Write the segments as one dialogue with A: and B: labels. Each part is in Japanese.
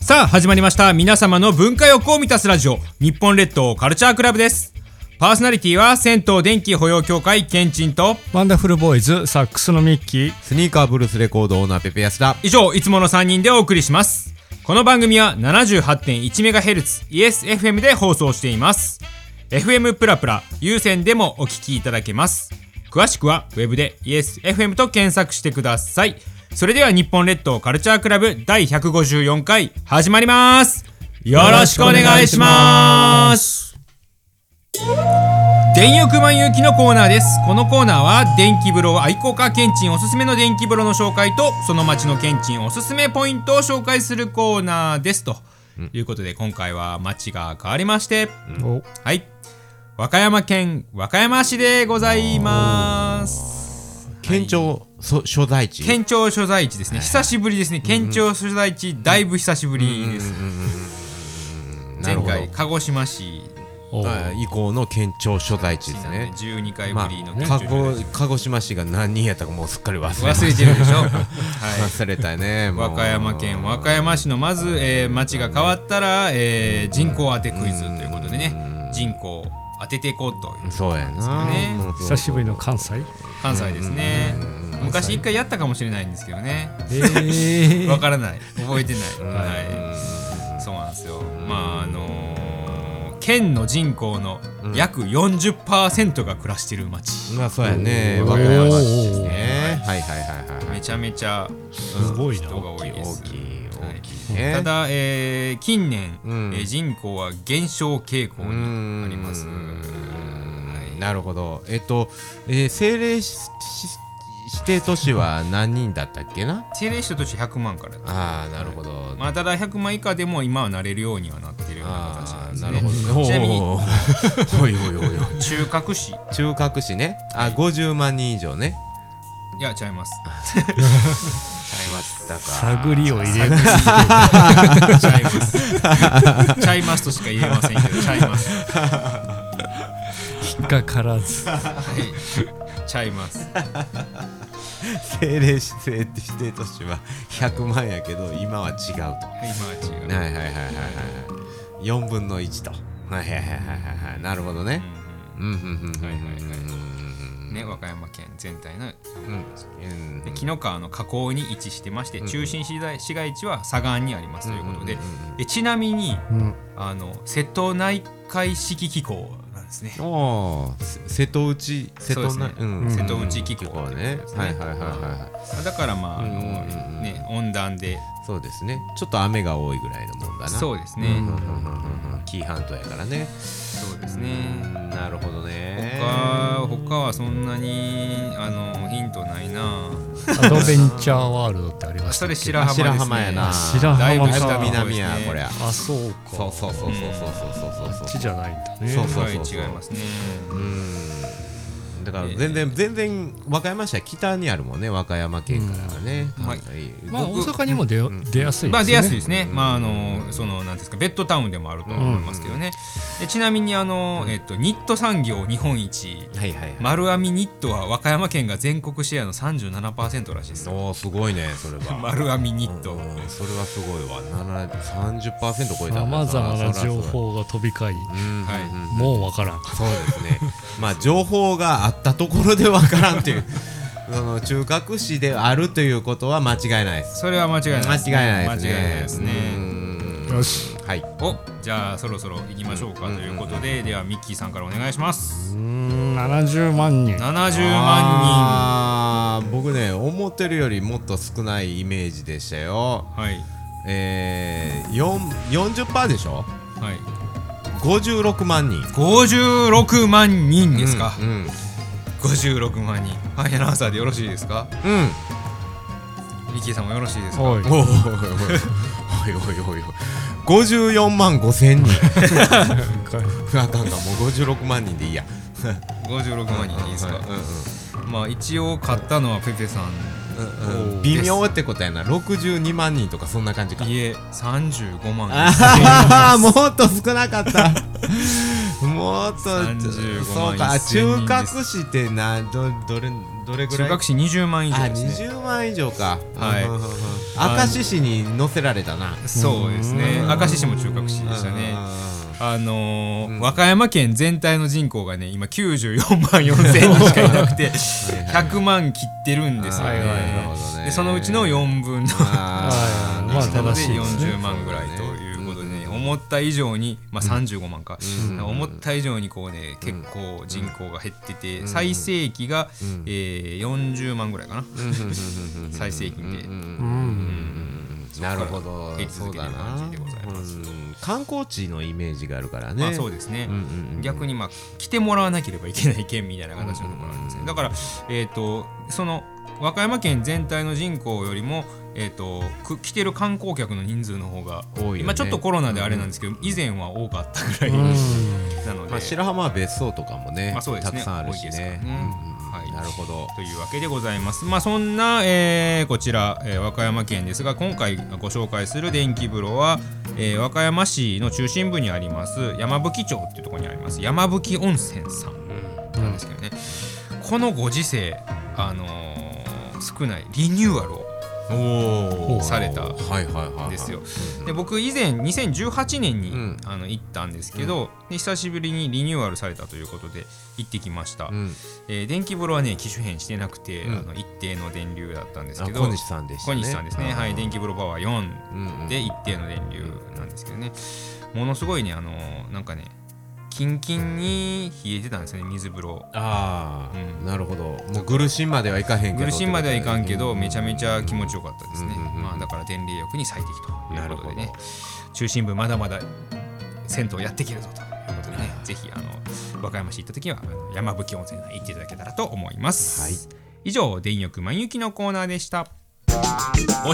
A: さあ始まりました皆様の文化欲を満たすラジオ日本列島カルチャークラブですパーソナリティは銭湯電気保養協会ケンチンと
B: ワンダフルボーイズサックスのミッキー
C: スニーカーブルースレコードオーナーペペヤスだ
A: 以上いつもの3人でお送りしますこの番組は 78.1MHz イエス FM で放送しています FM プラプラ有線でもお聞きいただけます詳しくはウェブでイエス FM と検索してくださいそれでは日本列島カルチャークラブ第154回始まりますよろしくお願いします電浴満遊記のコーナーですこのコーナーは電気風呂愛好家ケンチンおすすめの電気風呂の紹介とその町のケンチンおすすめポイントを紹介するコーナーですということで今回は町が変わりまして
B: お
A: はい和歌山県和歌山市でございます
C: 県庁所所在地
A: 県庁所在地ですね久しぶりですね県庁所在地だいぶ久しぶりです前
C: なる
A: 回
C: ほ
A: 鹿児島市
B: お
C: どあ以降の県庁所在地ですね
A: 12回ぶ
C: ま
A: りの
C: あ
A: 県
C: 鹿
A: 庁所在地
C: 児鹿児島市が何人やったかもうすっかり忘れま
A: 忘
C: し
A: れてる でしょはい
C: た忘れたねもう
A: 和歌山県和歌山市のまず、えー町が変わったら、えー人口当てクイズということでね人口を当てていこうという
C: そうやな
A: ね
C: もうそ
B: 久
C: う
B: しぶりの関西
A: 関西ですね昔一回やったかもしれないんですけどね
B: え
A: わからない覚 えてないはいそうなんですよまああのー県の人口の約40%が暮らしてる町
C: まあそうやね
B: おー
C: 和歌山市ですねはいはいはいはいは
A: め
C: い
A: ちゃめちゃす
B: ごいな
A: 人が多いです
C: 大き
A: は
C: い
A: い
C: 大きいね
A: ただ、えー近年、
C: うん
A: えー人口は減少傾向
C: うー
A: に
C: ん
A: あります。
C: なるほどえっと、えー政令しし指定都市は何人だったっけな
A: 定例者として100万からだ
C: ああなるほど、
A: まあ、ただ100万以下でも今はなれるようにはなってるような形な
C: あ
A: ん
C: あ
A: です
C: な
A: ね。
C: るほど ね
A: ちなみに
C: おーおいおいおいおい
A: 中核市い
C: 中核市ねあ50万人以上ね
A: や、違います。
C: ありましたか
B: 探りを入れる
A: ちゃいます。ちゃいますとしか言えませんけど、ちゃいます。
B: 引っかからず
A: はい。ちゃいます。
C: 政令指定指定都市は100万やけど今は違うとは
A: 今は違う。
C: いはいはいはいはい4分の1とはいはいはいはいはいはいなるほどねうんうんうんうん
A: はいはいはい
C: うん
A: ね、和歌山県全体の
C: うん
A: で紀の川の河口に位置してまして、中心市街市街地は左岸にありますということで、
C: うんうんうん
A: えちなみに
B: うん
A: あの瀬戸内海式機構なんですね。
C: おーせ瀬戸内瀬戸
A: そう
C: 内
A: ですね
C: うん
A: 瀬戸内機構
C: うんね
A: ですね
C: はいはいはいはい
A: だからまあ、あの
C: うんうんうん
A: ね温暖で
C: そうですねちょっと雨が多いぐらいのもんだな
A: そううですね、
C: んうんうんうん紀伊半島やからね
A: そうです
C: う
A: ね。
C: んなるほどね
A: 他他はそんなにあのヒントないな。
B: アドベンチャーワールドってありました
A: そ
B: っ
A: れ
B: け
A: 白浜ですね。
C: 白浜やな
B: 白
A: だいぶ
B: 浜
C: だい
B: か
C: ぶ南やこりゃ
B: あそうか
C: そうそうそうそうそうそう
B: こ
C: そう
B: っ
C: そ
B: ち
C: う
B: じゃないんだね
C: そう
A: はい違いますね。
C: うんだから全然全然和歌山市は北にあるもんね和歌山県からはね
A: うん
C: はい
B: まあ大
A: 僕
B: 阪にも出よ出やすい
A: まあ出やすいですすね。まああのそのなんていうんですかベッドタウンでもあると思いますけどね。でちなみにあのえっとニット産業日本一
C: はいはいはい
A: 丸編みニットは和歌山県が全国シェアの37%らしいです。
C: おーすごいねそれは
A: 丸編みニット。
C: うんそれはすごいわなな30%超えた
B: さ
C: んだ
B: まざまな
C: そらそら
B: 情報が飛び交い
C: うん
A: はい
C: うん
B: もうわからん
C: そうですねまあ情報があったところでわからんという その中核市であるということは間違いないです
A: それは間違いない
C: 間違いない
A: 間
C: で
A: 違
C: す
A: い
C: ね
A: ないですね。
C: うん
B: し
C: はい
A: おじゃあそろそろ行きましょうかということで、ではミッキーさんからお願いします。
B: うーん70万人
A: 70万人。
C: あー僕ね思ってるよりもっと少ないイメージでしたよ
A: はい
C: えー、4 40%でしょ
A: はい。
C: 56万人
A: 56万人ですか。
C: うんうん
A: 56万人。はいアナウンサーでよろしいですか。
C: うん
A: ミッキーさんもよろしいですか。
B: おい
C: おいおいおいおいおいおい54万5千人あかんかもう56万人でいいや
A: 56万人でいいですか。
C: う
A: まあ一応買ったのはペペさん。
C: んうんうん
B: おー
C: 微妙ってことやな62万人とかそんな感じか
A: いえ35万人。
C: ああもっと少なかったもっと
A: 35
C: そう
A: 万
C: か
A: 1000人
C: 中
A: です
C: 核市ってなどどれどれぐら
A: 中
C: い
A: 学士20万以上
C: あ
A: ですね。
C: 20万以上か
A: はい
C: い明石市に載せられたな
A: そうですね
B: うん
A: 明石市も中核市でしたね
C: うん
A: あのー
C: うん
A: 和歌山県全体の人口がね今94万4千 人しかいなくて100万切ってるんですよ
C: はいはいなる
A: ね
C: ほどね
A: でそのうちの4分の
C: あー
B: ま
A: なの
B: あ正
A: で
B: しいですね
A: 40万ぐらいということでね思った以上にまあ35万か
C: うん
A: 思った以上にこうね結構人口が減ってて最盛期が
C: うん
A: えー40万ぐらいかな
C: うんうんうんうん
A: 最盛期で
B: う
C: うん
A: うんん
C: なるほど
A: そ
C: そ
A: っ
C: う
A: から
C: だ
A: 生き続けてる感じ
C: な
A: でございます
C: うん観光地のイメージがあるからね
A: まあそうですね
C: うんうんうん
A: 逆にまあ来てもらわなければいけない県みたいな形のところなんですねだからえっとその和歌山県全体の人口よりもえっとく来てる観光客の人数の方が
C: 多いよね
A: 今ちょっとコロナであれなんですけど以前は多かったぐらい
B: うん
A: なので
C: まあ、白浜は別荘とかもね,、
A: まあそうですね
C: たくさんあるし
A: 多いで
C: ね
A: すからね
C: うんうんうん
A: はい
C: なるほど
A: というわけでございます。まあそんな、えーこちら、えー和歌山県ですが今回ご紹介する電気風呂は、えー和歌山市の中心部にあります山吹町っていうところにあります山吹温泉さんなんですけどね、このご時世あのー少ないリニューアルをー
C: お
A: された
C: はいはいはいはい
A: ですよ
C: うん
A: で僕以前2018年に、
C: うん
A: あの行ったんですけど、で久しぶりにリニューアルされたということで行ってきました、
C: うん
A: えー電気風呂はね機種変してなくて、
C: うん
A: あの一定の電流だったんです
C: あ
A: けど
C: 小西さんでした
A: 小
C: ね
A: 西さんですね、はい、電気風呂パワー
C: うんうんう
A: 4
C: ん
A: で一定の電流なんですけどね、ものすごいね、あのーなんかね、キンキンに冷えてたんですよね、水風呂。
C: ああ、
A: うん
C: なるほどもうグルシンまではいかへんけど
A: 苦しんまではいかんけど、めちゃめち
C: ゃ
A: ゃ気持ちよかったですね。
C: うんうんうん
A: まあ、だから電力浴に最適とい
C: な
A: う
C: る
A: こと
C: ほ
A: でね、
C: ど
A: 中心部まだまだ銭湯やっていけるぞということでね、ぜひあの和歌山市行った時はあの山吹温泉に行っていただけたらと思います。以上電浴満雪のコーナーでした。教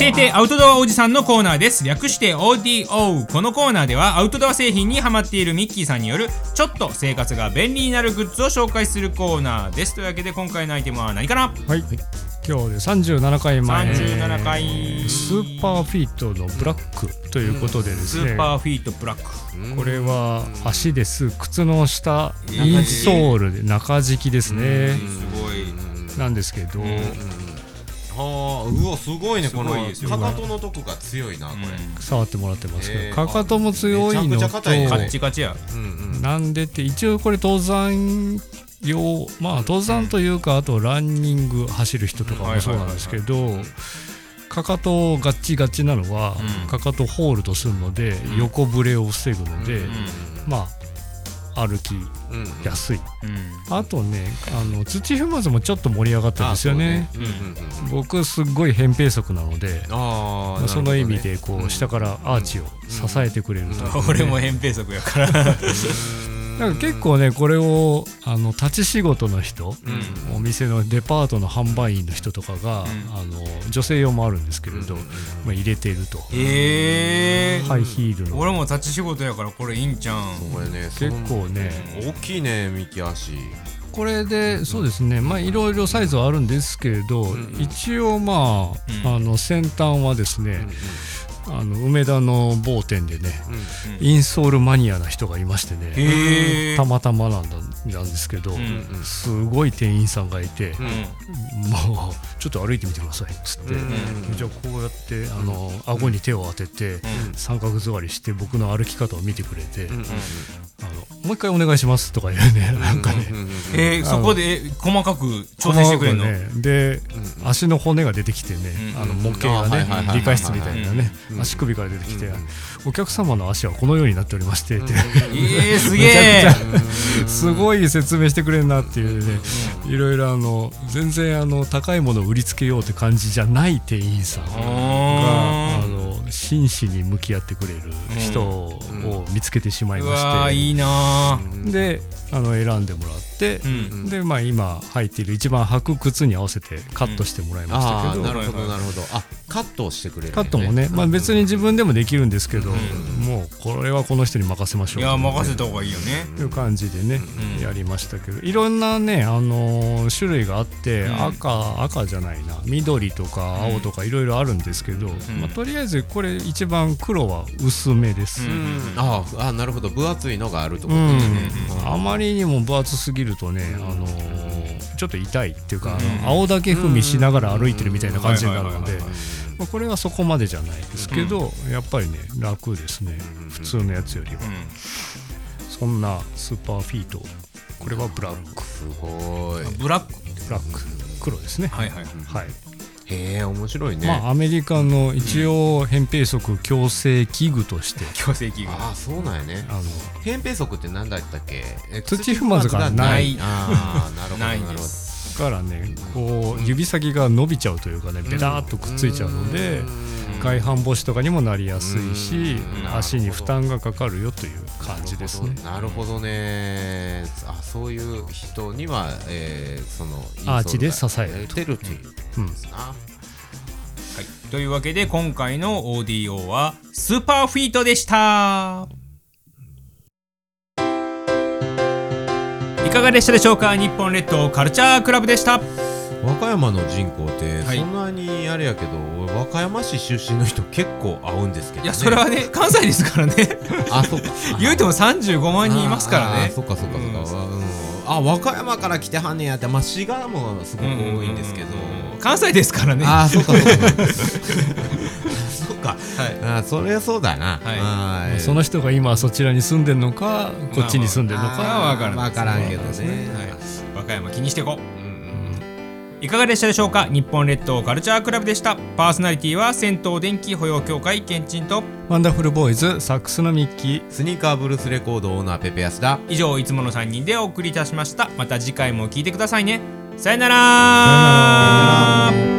A: えてアウトドアおじさんのコーナーです略して ODO このコーナーではアウトドア製品にハマっているミッキーさんによるちょっと生活が便利になるグッズを紹介するコーナーですというわけで今回のアイテムは何かな
B: はい今日で37回前
A: 37回
B: スーパーフィートのブラックということでで
A: ス
B: すね、
A: ーパーフィートブラック
C: うん
B: これは足です靴の下
A: えー
B: インソールで中敷きですね
A: うんすごい
B: なんですけど、
A: ん
C: ああうわすごいね
A: す
C: こ
A: ご
C: の
A: いですよ
C: かかとのとこが強いなこ
B: 触ってもらってますけど、
C: えー
B: かかとも強い
C: め
B: の
C: ちゃくちゃ
B: と
C: 硬い
A: カ
C: ね
A: ッチカチや
C: れうんうん
B: なんでって一応これ登山用まあ登山というかあとランニング走る人とかもそうなんですけどかかとガッチガチなのは
A: うん
B: かかとホールドするので
A: ん
B: 横ブレを防ぐので
C: うん
B: まあ歩き
C: うんうん
B: やすい
A: うん
B: あとねあの土踏まずもちょっと盛り上がったんですよね
C: あそうねうんうんうん
B: 僕すっごい扁平足なので
C: あーなるほど
B: まあ
C: ね
B: その意味でこ
C: うん
B: う下からアーチを支えてくれると
A: 俺も扁平足やから
B: なんか結構ねこれをあの立ち仕事の人
C: うん
B: お店のデパートの販売員の人とかが、
A: ん
B: あの女性用もあるんですけれど、
C: うん
B: まあ、入れていると、
A: ええ
B: ハイヒールの
A: 俺も立ち仕事やからこれいいんちゃうん
C: これねそ
B: 結
C: の
B: 構ね
C: 大きいね幹足
B: これでそうですねまあいろいろサイズはあるんですけれど、
C: うん
B: 一応まあ,、
A: うん
B: あの先端はですね、あの梅田の某店でね
A: うん
B: インソールマニアな人がいましてね
A: へえ
B: たまたまなんだなんですけど、
A: うん
B: すごい店員さんがいて、
C: うん
B: もうちょっと歩いてみてくださいっつって、
C: うん
B: じゃあこうやってあの顎に手を当てて、三角座りして僕の歩き方を見てくれて、
C: うんうん
B: あのもう一回お願いしますとか言うねなんかね
C: うんうんうんうん
A: えー、そこでえ細かく調整してくれんの、
B: 細かくねで、
C: うん
B: 足の骨が出てきてね、
A: うん
B: あの模型が
C: あはい
B: ね
C: はいはいはい
B: 理科室みたいなね、
C: うん
B: 足首から出てきて、
C: うん
B: お客様の足はこのようになっておりましてって、
A: えー、すげえ
B: すごい説明してくれるなっていうね、いろいろあの全然あの高いものを売りつけようって感じじゃない店員さんがあの真摯に向き合ってくれる人を見つけてしまいうま
A: わー
B: して、
A: いいな
B: であの選んでもらって
A: ーう、ん
C: ん
B: でまあ、今履いている一番履く靴に合わせてカットしてもらいました
C: あ
B: け
C: あ
B: ど、
C: なるほどなるほどあカットをしてくれる
B: カットもね、まあ、別に自分でもできるんですけど、
A: ん
B: もうこれはこの人に任せましょ
A: いうやー任せた方がいいよね
B: という感じでね、
A: うん
B: やりましたけどいろんなね、あのー種類があって、
A: うん
B: 赤赤じゃないな緑とか青とかいろいろあるんですけど、
A: ん
B: まあ、とりあえずこれ一番黒は薄めです、
A: う
C: うんあーあーなるほど分厚いのがあるって
B: う
C: こと
B: ん
C: ね
B: あまりにも分厚すぎるとね、あのーちょっと痛いっていうか、あの青竹踏みしながら歩いてるみたいな感じになるの
C: うん
B: で
C: はいはいはいはい
B: まあこれはそこまでじゃないですけど、やっぱりね楽ですね普通のやつよりは、そんなスーパーフィートこれはブラック
C: すごい
A: ブラック
B: ブラック黒ですね
A: はいはい
B: はい
C: へえ面白いね、
B: まあアメリカの一応扁平足矯正器具として
A: 強制器具
C: ああそうなんやね
B: あの
C: 扁平足って何だったっけえ
B: 土踏まずがない
C: 土踏まずがああ なるほど
A: ないで
C: なるほど
A: す
B: からねこう指先が伸びちゃうというかねベターっとくっついちゃうので外反母趾とかにもなりやすいし
C: うん
B: 足に負担がかかるよという感じですね
C: なるほどねあそういう人には、えー、その
B: アーチで支える
C: てるという
B: うん
C: な
A: はい、というわけで今回の ODO はスーパーフィートでしたいかがでしたでしょうか日本列島カルチャークラブでした
C: 和歌山の人口って
A: はい
C: そんなにあれやけど、俺和歌山市出身の人結構合うんですけど、ね、
A: いやそれはね関西ですからね
C: あそうか
A: 言うても35万人いますから
C: あー
A: ね
C: そっかそっかそっか、うんあ和歌山から来てはんねやってまあ滋賀もすごく多いんですけど、
A: 関西ですからね
C: ああそっかそっか そっか
A: はい
C: あーそれそうだな
A: はい
C: は
B: その人が今そちらに住んでんのかこっちに住んでんのか
A: は
C: あ
A: 分
C: ー
A: からん
C: 分からんけど
A: は
C: ね、
A: い、和歌山気にしていこう、いかがでしたでしょうか日本列島カルチャークラブでしたパーソナリティは銭湯電気保養協会けんちんと
B: ワンダフルボーイズサックスのミッキー
C: スニーカーブルースレコードオーナーペペヤスだ
A: 以上いつもの3人でお送りいたしましたまた次回も聞いてくださいねさよなら